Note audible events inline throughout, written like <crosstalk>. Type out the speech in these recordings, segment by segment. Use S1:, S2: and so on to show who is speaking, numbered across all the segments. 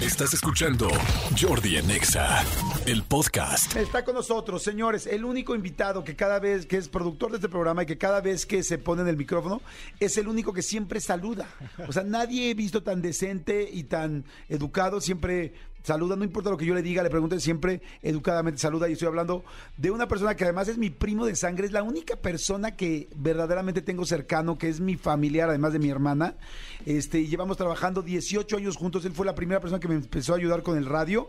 S1: Estás escuchando Jordi en EXA, el podcast.
S2: Está con nosotros, señores, el único invitado que cada vez que es productor de este programa y que cada vez que se pone en el micrófono es el único que siempre saluda. O sea, nadie he visto tan decente y tan educado, siempre saluda, no importa lo que yo le diga, le pregunte siempre educadamente saluda y estoy hablando de una persona que además es mi primo de sangre, es la única persona que verdaderamente tengo cercano, que es mi familiar, además de mi hermana. Este, y llevamos trabajando 18 años juntos, él fue la primera persona que me empezó a ayudar con el radio.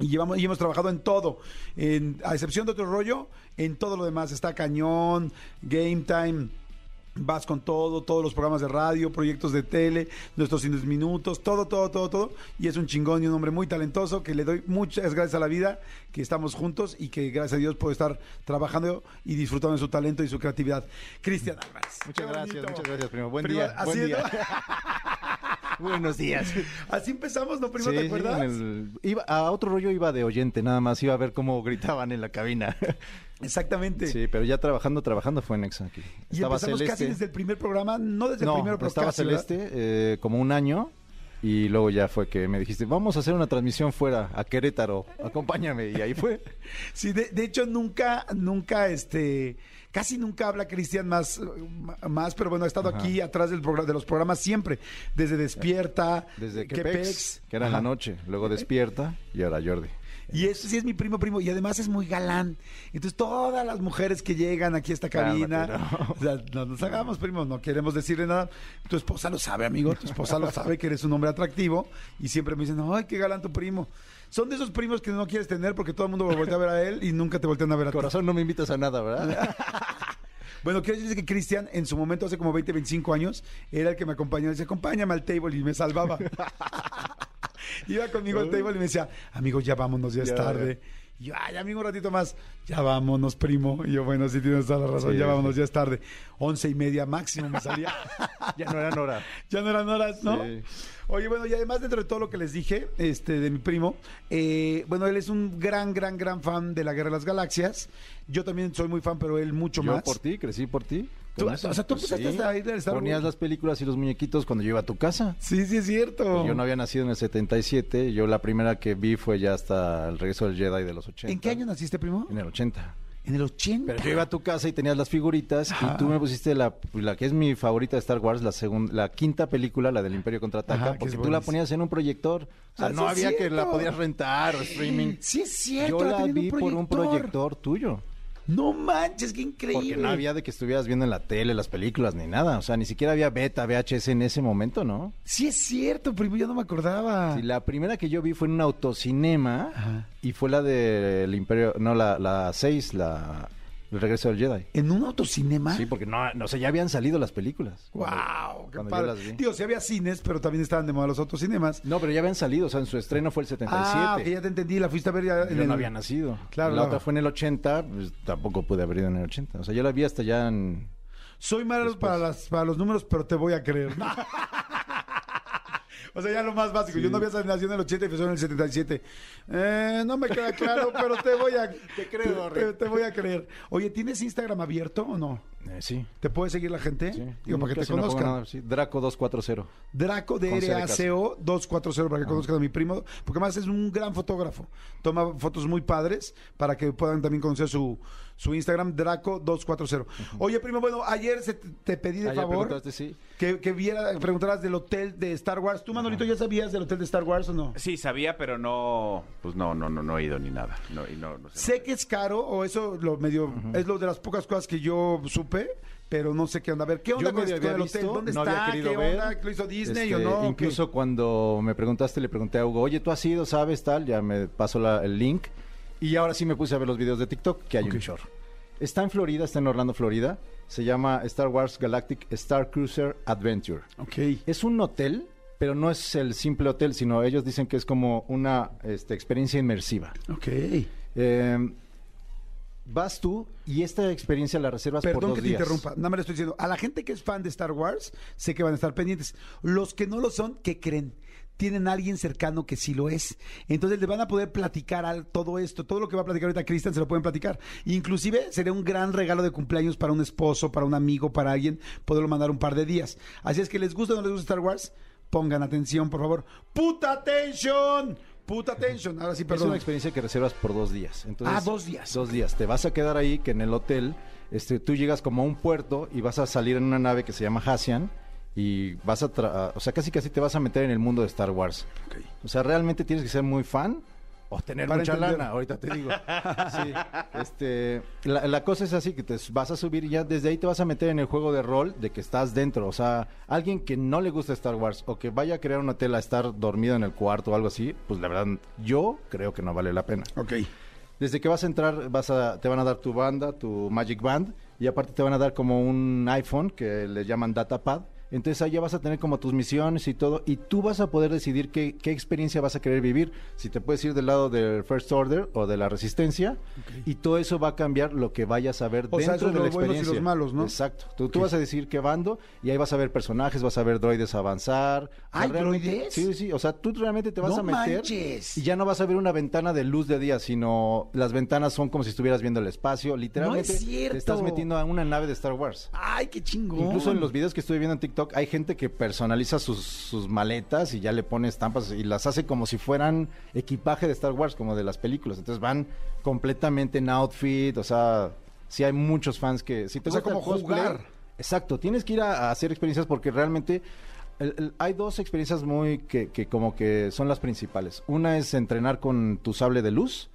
S2: Y, llevamos, y hemos trabajado en todo, en, a excepción de otro rollo, en todo lo demás. Está Cañón, Game Time, Vas con todo, todos los programas de radio, proyectos de tele, nuestros 100 minutos, todo, todo, todo, todo. Y es un chingón y un hombre muy talentoso que le doy muchas gracias a la vida, que estamos juntos y que gracias a Dios puedo estar trabajando y disfrutando de su talento y su creatividad. Cristian Álvarez.
S3: Muchas
S2: Qué
S3: gracias,
S2: bonito.
S3: muchas gracias, primo. Buen
S2: Primo,
S3: día.
S2: así
S3: Buen
S2: es,
S3: día. Buenos días.
S2: <laughs> Así empezamos, ¿no, primo?
S3: Sí,
S2: ¿Te
S3: sí,
S2: acuerdas?
S3: en el- iba, a otro rollo iba de oyente, nada más. Iba a ver cómo gritaban en la cabina.
S2: Exactamente.
S3: Sí, pero ya trabajando, trabajando fue en Exa aquí.
S2: Y empezamos casi desde el primer programa, no desde
S3: no,
S2: el primero, pero
S3: estaba
S2: casi, ¿verdad?
S3: Celeste eh, como un año. Y luego ya fue que me dijiste, vamos a hacer una transmisión fuera, a Querétaro, acompáñame. Y ahí fue.
S2: Sí, de, de hecho nunca, nunca, este, casi nunca habla Cristian más, eh, ma- más, pero bueno, ha estado
S3: Ajá.
S2: aquí atrás del programa, de los programas siempre, desde Despierta,
S3: Desde que
S2: <laughs> Quepex.
S3: que era en la
S2: Ajá.
S3: noche. Luego despierta y ahora Jordi.
S2: Y este sí es mi primo primo, y además es muy galán. Entonces, todas las mujeres que llegan aquí a esta cabina, <laughs>
S3: Cálmate, no.
S2: o sea, no nos hagamos primos, no queremos decirle nada. Tu esposa lo sabe, amigo, tu esposa lo sabe que eres un hombre atractivo, y siempre me dicen, ay, qué galán tu primo. Son de esos primos que no quieres tener porque todo el mundo voltea a ver a él y nunca te voltean a ver a ti.
S3: Corazón, no me invitas a nada, ¿verdad?
S2: Bueno, quiero decirles que Cristian, en su momento, hace como 20, 25 años, era el que me acompañaba. Dice, acompáñame al table y me
S3: <laughs>
S2: salvaba. Iba conmigo al table y me decía, amigo, ya vámonos, ya es
S3: Ya,
S2: tarde. Y yo, ay, amigo, un ratito más. Ya vámonos, primo. Y yo, bueno, sí tienes toda la razón,
S3: Sí,
S2: ya
S3: sí.
S2: vámonos, ya es tarde. Once y media máximo me salía.
S3: <laughs> ya no eran hora.
S2: <laughs> ya no eran horas, ¿no?
S3: Sí.
S2: Oye, bueno, y además dentro de todo lo que les dije, este, de mi primo, eh, bueno, él es un gran, gran, gran fan de la Guerra de las Galaxias. Yo también soy muy fan, pero él <laughs> mucho
S3: Yo
S2: más.
S3: por ti, crecí por ti.
S2: Tú-
S3: Con eso, Pues
S2: o sea, tú empezaste hasta ahí de Star
S3: Ponías
S2: Wars.
S3: las películas y los muñequitos cuando yo iba a tu casa.
S2: Sí, sí es cierto.
S3: Pues Yo no había nacido en el 77. Yo la primera que vi fue ya hasta el regreso del Jedi de los 80.
S2: ¿En qué año naciste, primo?
S3: En el 80.
S2: En el 80.
S3: Pero yo iba a tu casa y tenías las figuritas
S2: Ajá.
S3: y tú me pusiste la, la que es mi favorita de Star Wars, la segunda, la quinta película, la del Imperio Contraataca,
S2: Ajá, que es
S3: porque tú la
S2: buenísima.
S3: ponías en un proyector. O sea,
S2: Ah,
S3: no
S2: sí es
S3: había que
S2: cierto.
S3: la podías rentar o streaming.
S2: Sí es cierto.
S3: yo la
S2: tenía en
S3: vi por un proyector tuyo.
S2: No manches, qué increíble.
S3: Porque no había de que estuvieras viendo en la tele las películas ni nada. O sea, ni siquiera había beta, VHS en ese momento, ¿no?
S2: Sí es cierto, primo, yo no me acordaba.
S3: Sí, la primera que yo vi fue en un autocinema
S2: Ajá.
S3: y fue la del Imperio, no, la 6, la, El regreso del Jedi.
S2: ¿En un autocinema?
S3: Sí, porque no, no sé, ya habían salido las películas.
S2: ¡Wow! ¡Qué
S3: Cuando yo
S2: padre!
S3: las vi.
S2: Digo, sí había cines, pero también estaban de moda los autocinemas.
S3: No, pero ya habían salido, o sea, en su estreno fue el 77.
S2: Ah, que ya te entendí, la fuiste a ver ya en
S3: Yo
S2: el-
S3: no había nacido.
S2: Claro,
S3: la
S2: no.
S3: otra fue en el 80, pues, tampoco pude haber ido en el 80. O sea, yo la vi hasta ya en...
S2: Soy malo para, las, para los números, pero te voy a
S3: <laughs>
S2: creer. O sea, ya lo más básico. Yo no había nacido en el 80 y empezó en el 77. Eh, no me queda
S3: <laughs>
S2: claro, pero te voy a... Te
S3: creo,
S2: te, te voy a creer. Oye, ¿tienes Instagram abierto o no?
S3: Eh, sí.
S2: ¿Te puede seguir la gente?
S3: sí.
S2: Digo, para que te
S3: Casi no pongo
S2: conozcan.
S3: nada, sí. Draco 240.
S2: Draco
S3: Con C de
S2: DRACO 240 para que
S3: Ah.
S2: conozcan a mi primo, porque además es un gran fotógrafo. Toma fotos muy padres para que puedan también conocer su, su Instagram, Draco 240. Oye, primo, bueno, ayer se te, te pedí de
S3: Ah, ya
S2: favor
S3: preguntaste, sí.
S2: que, que viera, preguntaras del hotel de Star Wars. ¿Tú, Manolito, ya sabías del hotel de Star Wars o no?
S4: Sí, sabía, pero no, pues no, no, no, no he ido ni nada. No, y no, no sé.
S2: Sé que es caro, o eso lo medio, es lo de las pocas cosas que yo supe, pero no sé qué onda. A ver, ¿qué onda
S3: Yo
S2: con,
S3: medio
S2: esto
S3: había
S2: del
S3: visto,
S2: hotel? ¿Dónde
S3: no
S2: está?
S3: había
S2: ¿Qué
S3: querido
S2: onda?
S3: ver.
S2: ¿Lo hizo Disney
S3: Este,
S2: o no? ¿O qué?
S3: Incluso cuando me preguntaste, le pregunté a Hugo, oye, tú has ido, sabes, tal, ya me pasó la- el link. Y ahora sí me puse a ver los videos de TikTok, que hay un short. Está en Florida, está en Orlando, Florida. Se llama Star Wars Galactic Star Cruiser Adventure.
S2: Ok.
S3: Es un hotel, pero no es el simple hotel, sino ellos dicen que es como una este, experiencia inmersiva.
S2: Ok.
S3: Eh, vas tú y esta experiencia la reservas por
S2: Perdón
S3: dos
S2: que
S3: días.
S2: te interrumpa, nada más le estoy diciendo. A la gente que es fan de Star Wars, sé que van a estar pendientes. Los que no lo son, ¿qué creen? Tienen a alguien cercano que sí lo es. Entonces les van a poder platicar al- todo esto. Todo lo que va a platicar ahorita Cristian se lo pueden platicar. Inclusive sería un gran regalo de cumpleaños para un esposo, para un amigo, para alguien, poderlo mandar un par de días. Así es que les gusta o no les gusta Star Wars, Pongan atención, por favor. ¡Puta atención! ¡Puta atención! Ahora sí,
S3: Es
S2: perdón.
S3: una experiencia que reservas por dos días. Entonces,
S2: Ah, dos días.
S3: Dos días. Te vas a quedar ahí, que en el hotel, este, tú llegas como a un puerto y vas a salir en una nave que se llama Hassian y vas a, tra- a- o sea, casi casi te vas a meter en el mundo de Star Wars. O sea, realmente tienes que ser muy fan o tener
S2: Para
S3: mucha
S2: entender.
S3: lana. Ahorita te digo. <laughs> Sí, este, la, la cosa es así que te s- vas a subir y ya desde ahí te vas a meter en el juego de rol de que estás dentro. O sea, alguien que no le gusta Star Wars o que vaya a crear una tela a estar dormido en el cuarto o algo así, pues la verdad yo creo que no vale la pena.
S2: Ok.
S3: Desde que vas a entrar, vas a, te van a dar tu banda, tu Magic Band, y aparte te van a dar como un iPhone que le llaman DataPad. Entonces ahí ya vas a tener como tus misiones y todo, y tú vas a poder decidir qué, qué experiencia vas a querer vivir, si te puedes ir del lado del First Order o de la Resistencia, y todo eso va a cambiar lo que vayas a ver
S2: O sea,
S3: dentro
S2: esos
S3: de la
S2: los buenos y
S3: experiencia.
S2: los malos, ¿no?
S3: Exacto. Tú, tú vas a decidir qué bando, y ahí vas a ver personajes, vas a ver droides avanzar. O sea,
S2: ¿Hay
S3: realmente-
S2: droides?
S3: Sí, sí, o sea, tú realmente te vas
S2: ¡No
S3: a meter
S2: manches!
S3: y ya no vas a ver una ventana de luz de día, sino las ventanas son como si estuvieras viendo el espacio. Literalmente
S2: cierto!
S3: te estás metiendo a una nave de Star Wars.
S2: ¡Ay, qué chingón!
S3: Incluso en los videos que estuve viendo en TikTok hay gente que personaliza sus, sus maletas y ya le pone estampas y las hace como si fueran equipaje de Star Wars, como de las películas. Entonces van completamente en outfit, o sea, sí hay muchos fans que... Si te
S2: O sea,
S3: gusta el
S2: como
S3: cosplay-
S2: jugar.
S3: Exacto, tienes que ir a, a hacer experiencias porque realmente el- el- hay dos experiencias muy que, que como que son las principales. Una es entrenar con tu sable de luz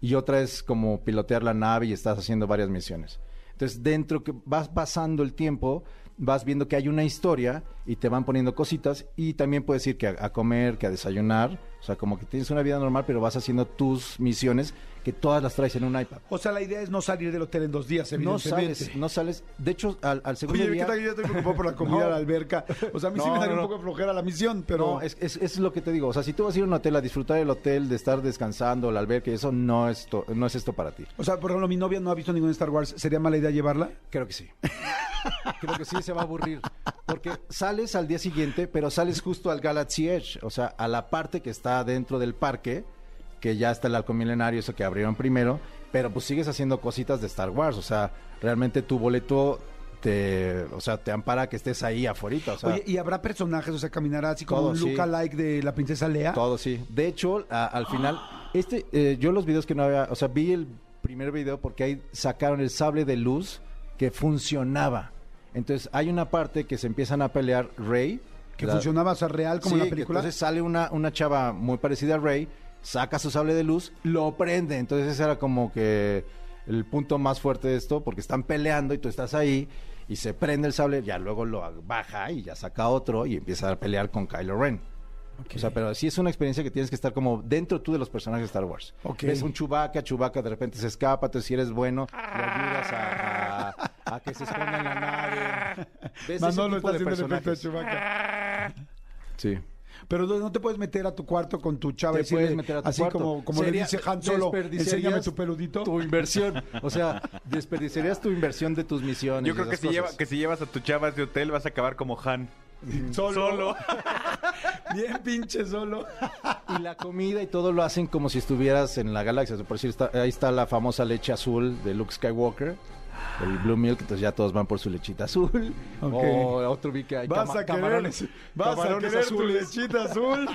S3: y otra es como pilotear la nave y estás haciendo varias misiones. Entonces dentro que vas pasando el tiempo vas viendo que hay una historia y te van poniendo cositas y también puedes ir que a, a comer, que a desayunar, o sea como que tienes una vida normal pero vas haciendo tus misiones que todas las traes en un iPad.
S2: O sea, la idea es no salir del hotel en dos días,
S3: No
S2: evidentemente.
S3: sales, no sales. De hecho, al, al segundo
S2: Oye, ¿qué
S3: día...
S2: tal? Yo ya estoy preocupado por la comida,
S3: <laughs> No.
S2: la alberca. O sea, a mí sí
S3: No,
S2: me daría
S3: no,
S2: un
S3: no.
S2: poco de flojera la misión, pero...
S3: No, es, es, es lo que te digo. O sea, si tú vas a ir a un hotel a disfrutar el hotel, de estar descansando, la alberca y eso, no, es to- no es esto para ti.
S2: O sea, por ejemplo, mi novia no ha visto ningún Star Wars. ¿Sería mala idea llevarla?
S3: Creo que <laughs> sí. Creo que sí se va a aburrir. Porque sales al día siguiente, pero sales justo al Galaxy Edge, o sea, a la parte que está dentro del parque, que ya está el arco milenario, eso que abrieron primero, pero pues sigues haciendo cositas de Star Wars, o sea, realmente tu boleto te, o sea, te ampara que estés ahí afuera, o sea,
S2: Oye, ¿y habrá personajes? O sea, caminará así como
S3: Todo,
S2: un
S3: sí.
S2: lookalike de la princesa Lea.
S3: Todo, sí. De hecho, a- al final, este, eh, yo los videos que no había, o sea, vi el primer video porque ahí sacaron el sable de luz que funcionaba. Entonces, hay una parte que se empiezan a pelear Rey.
S2: Que
S3: la-
S2: funcionaba, o sea, real como
S3: Sí,
S2: en la
S3: que
S2: película.
S3: Entonces sale una, una chava muy parecida a Rey, saca su sable de luz, lo prende. Entonces ese era como que el punto más fuerte de esto, porque están peleando y tú estás ahí y se prende el sable, ya luego lo a- baja y ya saca otro y empieza a pelear con Kylo Ren. O sea, pero sí es una experiencia que tienes que estar como dentro tú de los personajes de Star Wars.
S2: Ok.
S3: Es un Chewbacca, Chewbacca de repente se escapa, entonces si eres bueno, le
S4: Ah.
S3: ayudas a, a- a que se esconda en
S2: <laughs>
S3: la nave. Ves ese
S2: Manolo está
S3: tipo
S2: haciendo el
S3: de
S2: efecto de
S3: personajes.
S2: Chewbacca.
S3: Sí.
S2: Pero no no te puedes meter a tu cuarto con tu chava
S3: te
S2: y decirle,
S3: puedes meter a tu
S2: así
S3: cuarto.
S2: como, como le
S3: Sería-
S2: dice Han Solo,
S3: desperdiciarías
S2: enséñame tu peludito.
S3: Tu inversión. O sea, desperdiciarías tu inversión de tus misiones.
S4: Yo
S3: y
S4: creo que
S3: esas
S4: si, lleva-
S3: cosas.
S4: que si llevas a tu chava a ese hotel vas a acabar como Han.
S2: Solo.
S4: Solo.
S2: Bien pinche solo.
S3: Y la comida y todo lo hacen como si estuvieras en la galaxia. Por decir, está- ahí está la famosa leche azul de Luke Skywalker. El Blue Milk, entonces ya todos van por su lechita azul.
S2: Ok.
S3: O otro vi que hay
S2: Vas
S3: cama-
S2: a querer,
S3: camarones.
S2: vas a
S3: camarones
S2: querer <laughs>
S3: azules.
S2: tu lechita
S3: <laughs>
S2: azul.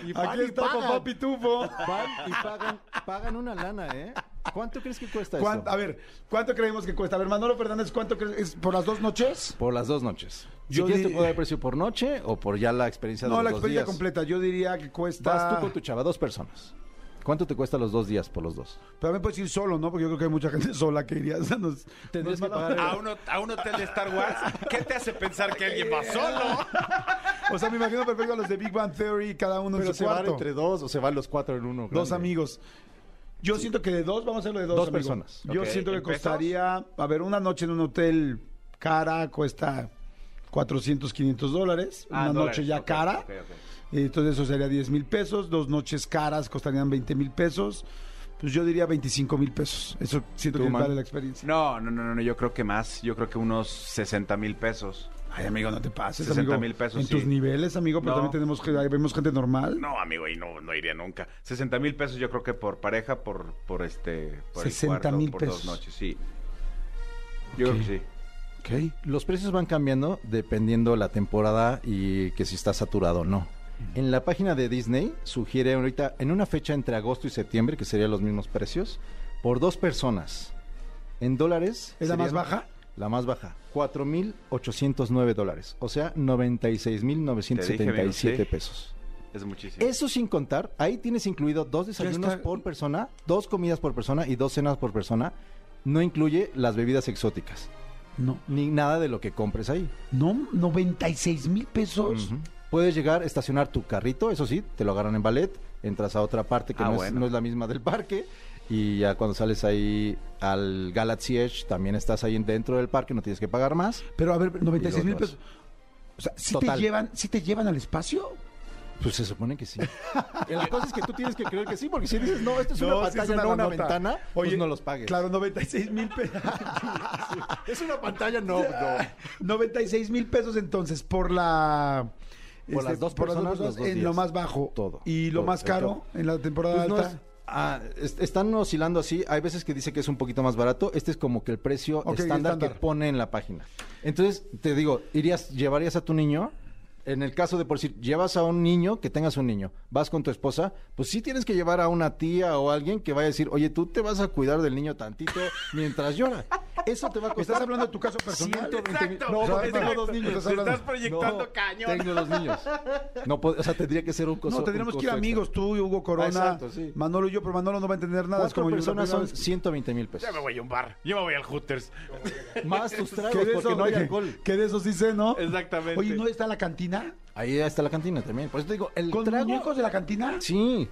S2: Aquí
S3: pan y
S2: está
S3: pagan.
S2: papá Pitufo.
S3: Van y pagan, pagan una lana, ¿eh? ¿Cuánto crees que cuesta
S2: ¿Cuán-
S3: esto?
S2: a ver, ¿cuánto creemos que cuesta? A ver, Manolo Fernández, ¿cuánto crees? ¿Es ¿Por las dos noches?
S3: Por las dos noches. Si
S2: Yo
S3: quieres
S2: di-
S3: te puedo dar precio por noche o por ya la experiencia de
S2: No,
S3: los
S2: la
S3: dos
S2: experiencia
S3: días.
S2: completa. Yo diría que cuesta.
S3: Vas tú con tu chava, dos personas. ¿Cuánto te cuesta los dos días por los dos?
S2: Pero también puedes ir solo, ¿no? Porque yo creo que hay mucha gente <laughs> sola que iría. O sea, nos-
S3: Tendrías
S2: nos
S3: que
S2: van a-
S3: pagar
S4: <laughs> A un, hot- a un hotel de Star Wars, ¿qué te hace pensar que alguien va solo?
S2: O sea, me imagino perfecto a los de Big Bang Theory, cada uno en su cuarto.
S3: dos o se van los cuatro en uno.
S2: Dos
S3: grande.
S2: amigos. Yo siento que de dos, vamos a hacerlo de dos.
S3: Dos
S2: amigo.
S3: personas.
S2: Yo
S4: Ok,
S2: siento que
S4: ¿en pesos?
S2: costaría, a ver, una noche en un hotel cara cuesta 400, 500 dólares.
S4: Ah,
S2: una
S4: dólares,
S2: noche ya
S4: ok,
S2: cara.
S4: ok, ok.
S2: Entonces eso sería 10 mil pesos. Dos noches caras costarían 20 mil pesos. Pues yo diría 25 mil pesos. Eso siento
S3: Tú,
S2: que
S3: man.
S2: vale la experiencia.
S4: No, no, no, no, yo creo que más. Yo creo que unos 60 mil pesos.
S2: Ay, amigo, no te pases,
S4: 60
S2: amigo.
S4: mil pesos,
S2: En
S4: sí.
S2: tus niveles, amigo, pero
S4: No.
S2: también tenemos que, ahí vemos gente normal.
S4: No, amigo, y no, no iría nunca. 60 mil pesos yo creo que por pareja, por, por este... Por el
S2: 60
S4: cuarto,
S2: mil
S4: Por dos
S2: pesos.
S4: noches, sí. Yo creo que sí.
S2: Ok.
S3: Los precios van cambiando dependiendo la temporada y que si está saturado o no. En la página de Disney sugiere ahorita en una fecha entre agosto y septiembre, que serían los mismos precios, por dos personas. En dólares.
S2: ¿Es la más
S3: serían-
S2: baja?
S3: La más baja, 4.809 dólares, o sea,
S4: Te dije, amigo,
S3: 96.977
S4: sí.
S3: pesos.
S4: Es muchísimo.
S3: Eso sin contar, ahí tienes incluido dos desayunos
S2: está.
S3: por persona, dos comidas por persona y dos cenas por persona. No incluye las bebidas exóticas,
S2: No.
S3: ni nada de lo que compres ahí.
S2: No, 96 mil pesos.
S3: Ujú. Puedes llegar, estacionar tu carrito, eso sí, te lo agarran en ballet, entras a otra parte que
S4: Ah,
S3: no, es,
S4: bueno.
S3: no es la misma del parque. Y ya cuando sales ahí al Galaxy Edge, también estás ahí dentro del parque, no tienes que pagar más.
S2: Pero a ver, 96 mil
S3: Y los
S2: pesos. O sea, ¿sí te,
S3: Total.
S2: llevan, ¿sí te llevan al espacio?
S3: Pues se supone que sí. La cosa es que tú tienes que creer que sí, porque si dices, no,
S2: Pues
S3: esto es una
S2: sí,
S3: pantalla, no una
S2: lanota.
S3: ventana,
S2: Oye,
S3: pues no los pagues.
S2: Claro, 96 mil
S3: <laughs>
S2: pesos.
S3: Es una pantalla, no, Pues no.
S2: <laughs> 96 mil pesos entonces por la... este,
S3: Por las dos personas, los dos
S2: en
S3: días.
S2: lo más bajo.
S3: Todo.
S2: Y lo
S3: Todo,
S2: más caro en la temporada
S3: Pues no
S2: alta.
S3: es- ah, es- están oscilando así. Hay veces que dice que es un poquito más barato. Este es como que el precio
S2: Ok,
S3: estándar, que
S2: estándar.
S3: pone en la página. Entonces, te digo, irías, llevarías a tu niño. En el caso de por si llevas a un niño, que tengas un niño, vas con tu esposa, pues sí tienes que llevar a una tía o alguien que vaya a decir, oye, tú te vas a cuidar del niño tantito mientras llora. Eso te va a
S2: ¿Me
S3: costar
S2: estás hablando de tu caso personal?
S3: 120 mil.
S4: Exacto,
S3: No, porque
S4: exacto.
S3: tengo dos niños.
S4: Estás
S3: hablando-
S4: proyectando
S3: No,
S4: cañón.
S3: Tengo dos niños. No, pod- o sea, tendría que ser un costo.
S2: No, tendríamos
S3: un
S2: que ir
S3: costo extra.
S2: amigos, tú, Hugo Corona,
S3: exacto, sí.
S2: Manolo y yo, pero Manolo no va a entender nada.
S3: Cuatro
S2: es como yo la
S3: personas
S2: primera
S3: son
S2: vez.
S3: 120 mil pesos.
S4: Ya me voy a un bar. Yo me voy al Hooters.
S3: <laughs> Más tus tragos,
S2: Que de,
S3: porque
S2: eso,
S3: no hay
S2: que-
S3: alcohol.
S2: que de eso sí sé, ¿no?
S4: Exactamente.
S2: Oye, ¿no está la cantina?
S3: Ahí está la cantina también. Por eso te digo, el
S2: ¿Con
S3: trago...
S2: muñecos de la cantina?
S3: Sí.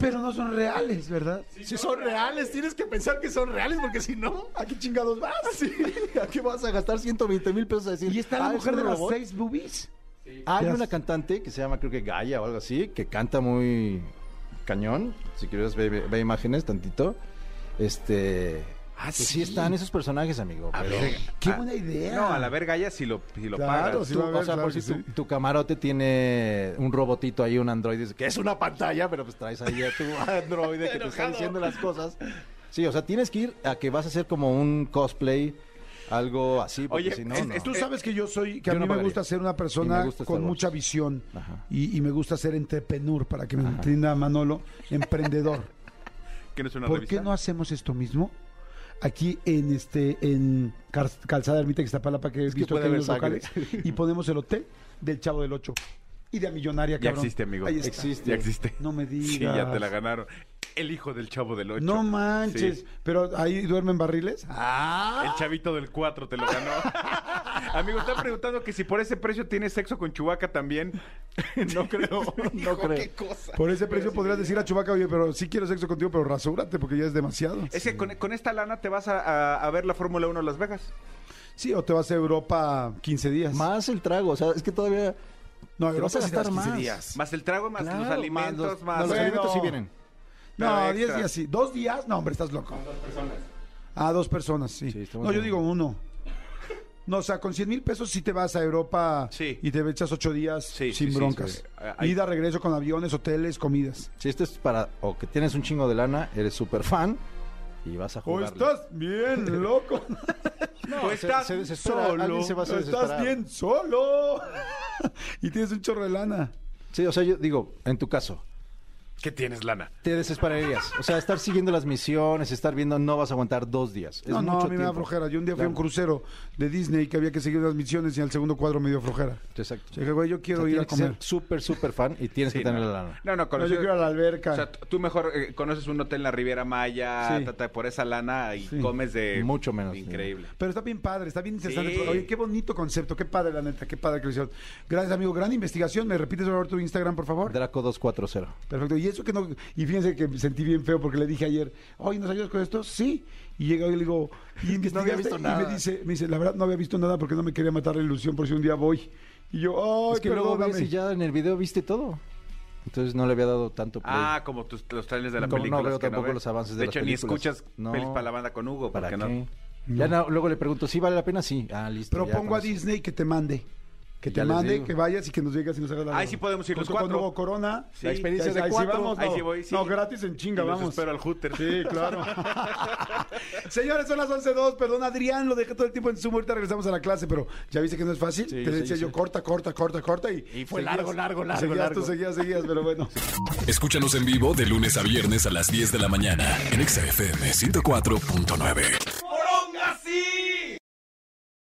S2: Pero no son reales, ¿verdad?
S4: Si son reales, tienes que pensar que son reales, porque si no.
S2: ¿A qué chingados vas?
S3: <laughs> ¿A qué vas a gastar 120 mil pesos a decir?
S2: Ah, ¿Y está la
S3: "Ah, es
S2: mujer
S3: un
S2: de las
S3: robot"?
S2: seis boobies?
S3: Hay
S2: Ya.
S3: una cantante que se llama, creo que Gaia o algo así, que canta muy cañón. Si quieres, ve, ve- ve imágenes tantito. Este...
S2: Ah,
S3: pues sí.
S2: sí.
S3: están esos personajes, amigo. pero-
S2: ¡Qué buena idea!
S4: No, a la verga ya si lo, si lo
S2: Claro,
S4: pagas.
S2: sí.
S3: Tú,
S2: va a haber,
S3: o sea,
S2: claro
S3: por
S2: que
S3: si tu,
S2: sí.
S3: tu camarote tiene un robotito ahí, un androide, que es una pantalla, pero pues traes
S2: <laughs>
S3: ahí a tu androide que te está diciendo las cosas. Sí, o sea, tienes que ir a que vas a hacer como un cosplay, algo así, porque
S4: Oye,
S3: si no,
S4: es-
S3: no.
S4: es tu-
S2: Tú sabes que yo soy, que a
S3: Yo
S2: mí
S3: no
S2: me
S3: pagaría.
S2: gusta ser una
S3: Y
S2: persona
S3: me gusta Star
S2: con
S3: Wars.
S2: mucha visión
S3: Ajá.
S2: y, y me gusta ser entrepreneur, para que me entienda Manolo, emprendedor.
S4: Que no es una
S2: ¿Por
S4: revista.
S2: qué no hacemos esto mismo? Aquí en este en Car- Calzada Ermita que está Palapa que he
S3: que
S2: visto que
S3: puede
S2: hay
S3: haber
S2: unos
S3: sangre.
S2: locales
S4: <laughs>
S2: y ponemos el hotel del Chavo del Ocho y de Millonaria
S4: Ya
S2: cabrón.
S4: existe, amigo.
S2: Ahí está.
S3: Existe.
S4: Ya existe.
S2: No me digas.
S4: Sí, ya te la ganaron. El hijo del chavo del 8.
S2: No manches, pero ahí duermen barriles.
S4: El chavito del 4 te lo ganó. Amigo, está preguntando que si por ese precio tienes sexo con Chubaca también.
S3: No
S4: <laughs>
S3: creo, no creo.
S2: Por ese precio podrías decir a Chubaca, oye, pero sí quiero sexo contigo, pero rasúrate porque ya es demasiado.
S4: Es que con, con esta lana te vas a, a- a ver la Fórmula 1 en Las Vegas.
S2: Sí, o te vas a Europa 15 días.
S3: Más el trago, o sea, es que todavía...
S2: no,
S3: te vas a
S2: Europa sí te vas
S3: gastar
S2: 15
S3: más.
S2: días.
S4: Más el trago, más
S3: Claro,
S4: los alimentos, más...
S3: no, los
S2: Bueno.
S3: alimentos sí vienen.
S2: No,
S4: Pero
S2: 10
S4: extra.
S2: días sí. ¿Dos días? No, hombre, estás loco. A Ah, dos personas, sí.
S3: Sí, estamos
S2: no, yo
S3: bien.
S2: digo uno. No, o sea, con 100 mil pesos sí te vas a Europa
S4: Sí.
S2: y te echas ocho días
S4: Sí,
S2: sin
S4: sí, sí,
S2: broncas.
S4: sí. Ahí-
S2: Ida, regreso con aviones, hoteles, comidas.
S3: Si esto es para... O que tienes un chingo de lana, eres súper fan y vas a
S2: O
S3: jugar.
S2: estás
S4: <laughs>
S2: bien loco.
S4: O estás
S3: se desespera,
S4: solo.
S3: alguien se va a
S2: estás
S3: desesperar.
S2: bien solo. <laughs> y tienes un chorro de lana.
S3: Sí, o sea, yo digo, en tu caso,
S4: Que tienes lana.
S3: Te desesperarías. O sea, estar siguiendo las misiones, estar viendo, no vas a aguantar dos días. Es
S2: no, no, a mí
S3: mucho
S2: me da
S3: tiempo.
S2: flojera. Yo un día fui a un
S3: Claro.
S2: crucero de Disney que había que seguir unas misiones y al segundo cuadro me dio flojera.
S3: Exacto.
S2: O sea, que, güey, yo quiero
S3: O sea,
S2: ir a
S3: tienes que ser
S2: comer.
S3: súper, súper fan y tienes
S4: Sí,
S3: que tener
S4: no.
S3: la lana.
S4: No, no,
S2: No,
S4: conoces-
S2: yo quiero ir a la alberca.
S4: O sea, t- tú mejor eh, conoces un hotel en la Riviera Maya,
S2: Sí.
S4: ta, ta, por esa lana y
S2: Sí.
S4: comes de...
S3: Mucho menos,
S4: Increíble.
S2: Pero está bien padre, está bien interesante.
S4: Sí.
S2: Oye, qué bonito concepto, qué padre, la neta, qué padre que lo hicieron. Gracias, amigo. Gran investigación. ¿Me repites, por favor, tu Instagram, por favor?
S3: Draco 240.
S2: Perfecto. Y eso que no. Y fíjense que me sentí bien feo porque le dije ayer, oye, ¿nos ayudas con esto? Sí. Y llega y le digo, y
S3: <laughs> No había
S2: investigaste?
S3: visto
S2: Y
S3: nada.
S2: me dice, me dice, la verdad no había visto nada porque no me quería matar la ilusión por si un día voy. Y yo, ay,
S3: es que luego
S2: perdóname.
S3: ves y ya en el video viste todo. Entonces no le había dado tanto play.
S4: Ah, como tus, los trailers de la
S3: Como no
S4: película.
S3: veo tampoco los avances de
S4: De
S3: las
S4: hecho, ni
S3: películas.
S4: escuchas
S3: No.
S4: pelis para la banda con Hugo.
S3: ¿Para
S4: porque
S3: qué?
S4: no.
S3: Ya no, luego le pregunto, ¿sí vale la pena? Sí. Ah, listo. ya
S2: Propongo
S3: con
S2: a
S3: eso.
S2: Disney que te mande. Que
S3: Ya
S2: te
S3: les
S2: mande,
S3: digo.
S2: que vayas y que nos digas y nos hagas la
S4: Ahí sí podemos ir los
S2: Con- Cuando
S4: cuatro.
S2: hubo corona.
S4: La
S3: experiencia
S2: ahí-
S3: de
S2: ahí sí
S3: cuatro.
S2: vamos,
S4: Ahí
S2: no.
S4: sí voy, sí.
S2: No, gratis en chinga,
S4: Y los
S2: vamos.
S4: espero al Hooter.
S2: Sí, claro. <laughs> Señores, son las 11.02. Perdón, Adrián, lo dejé todo el tiempo en Zoom. Ahorita regresamos a la clase, pero ya viste que no es fácil.
S3: Sí,
S2: Te
S3: sí,
S2: decía
S3: sí.
S2: yo corta, corta, corta, corta. Y,
S3: Y fue largo, largo, largo,
S2: Seguías
S3: largo.
S2: tú, seguías, seguías, pero
S3: <laughs>
S2: bueno.
S1: Escúchanos en vivo de lunes a viernes a las 10 de la mañana en Exa FM 104.9.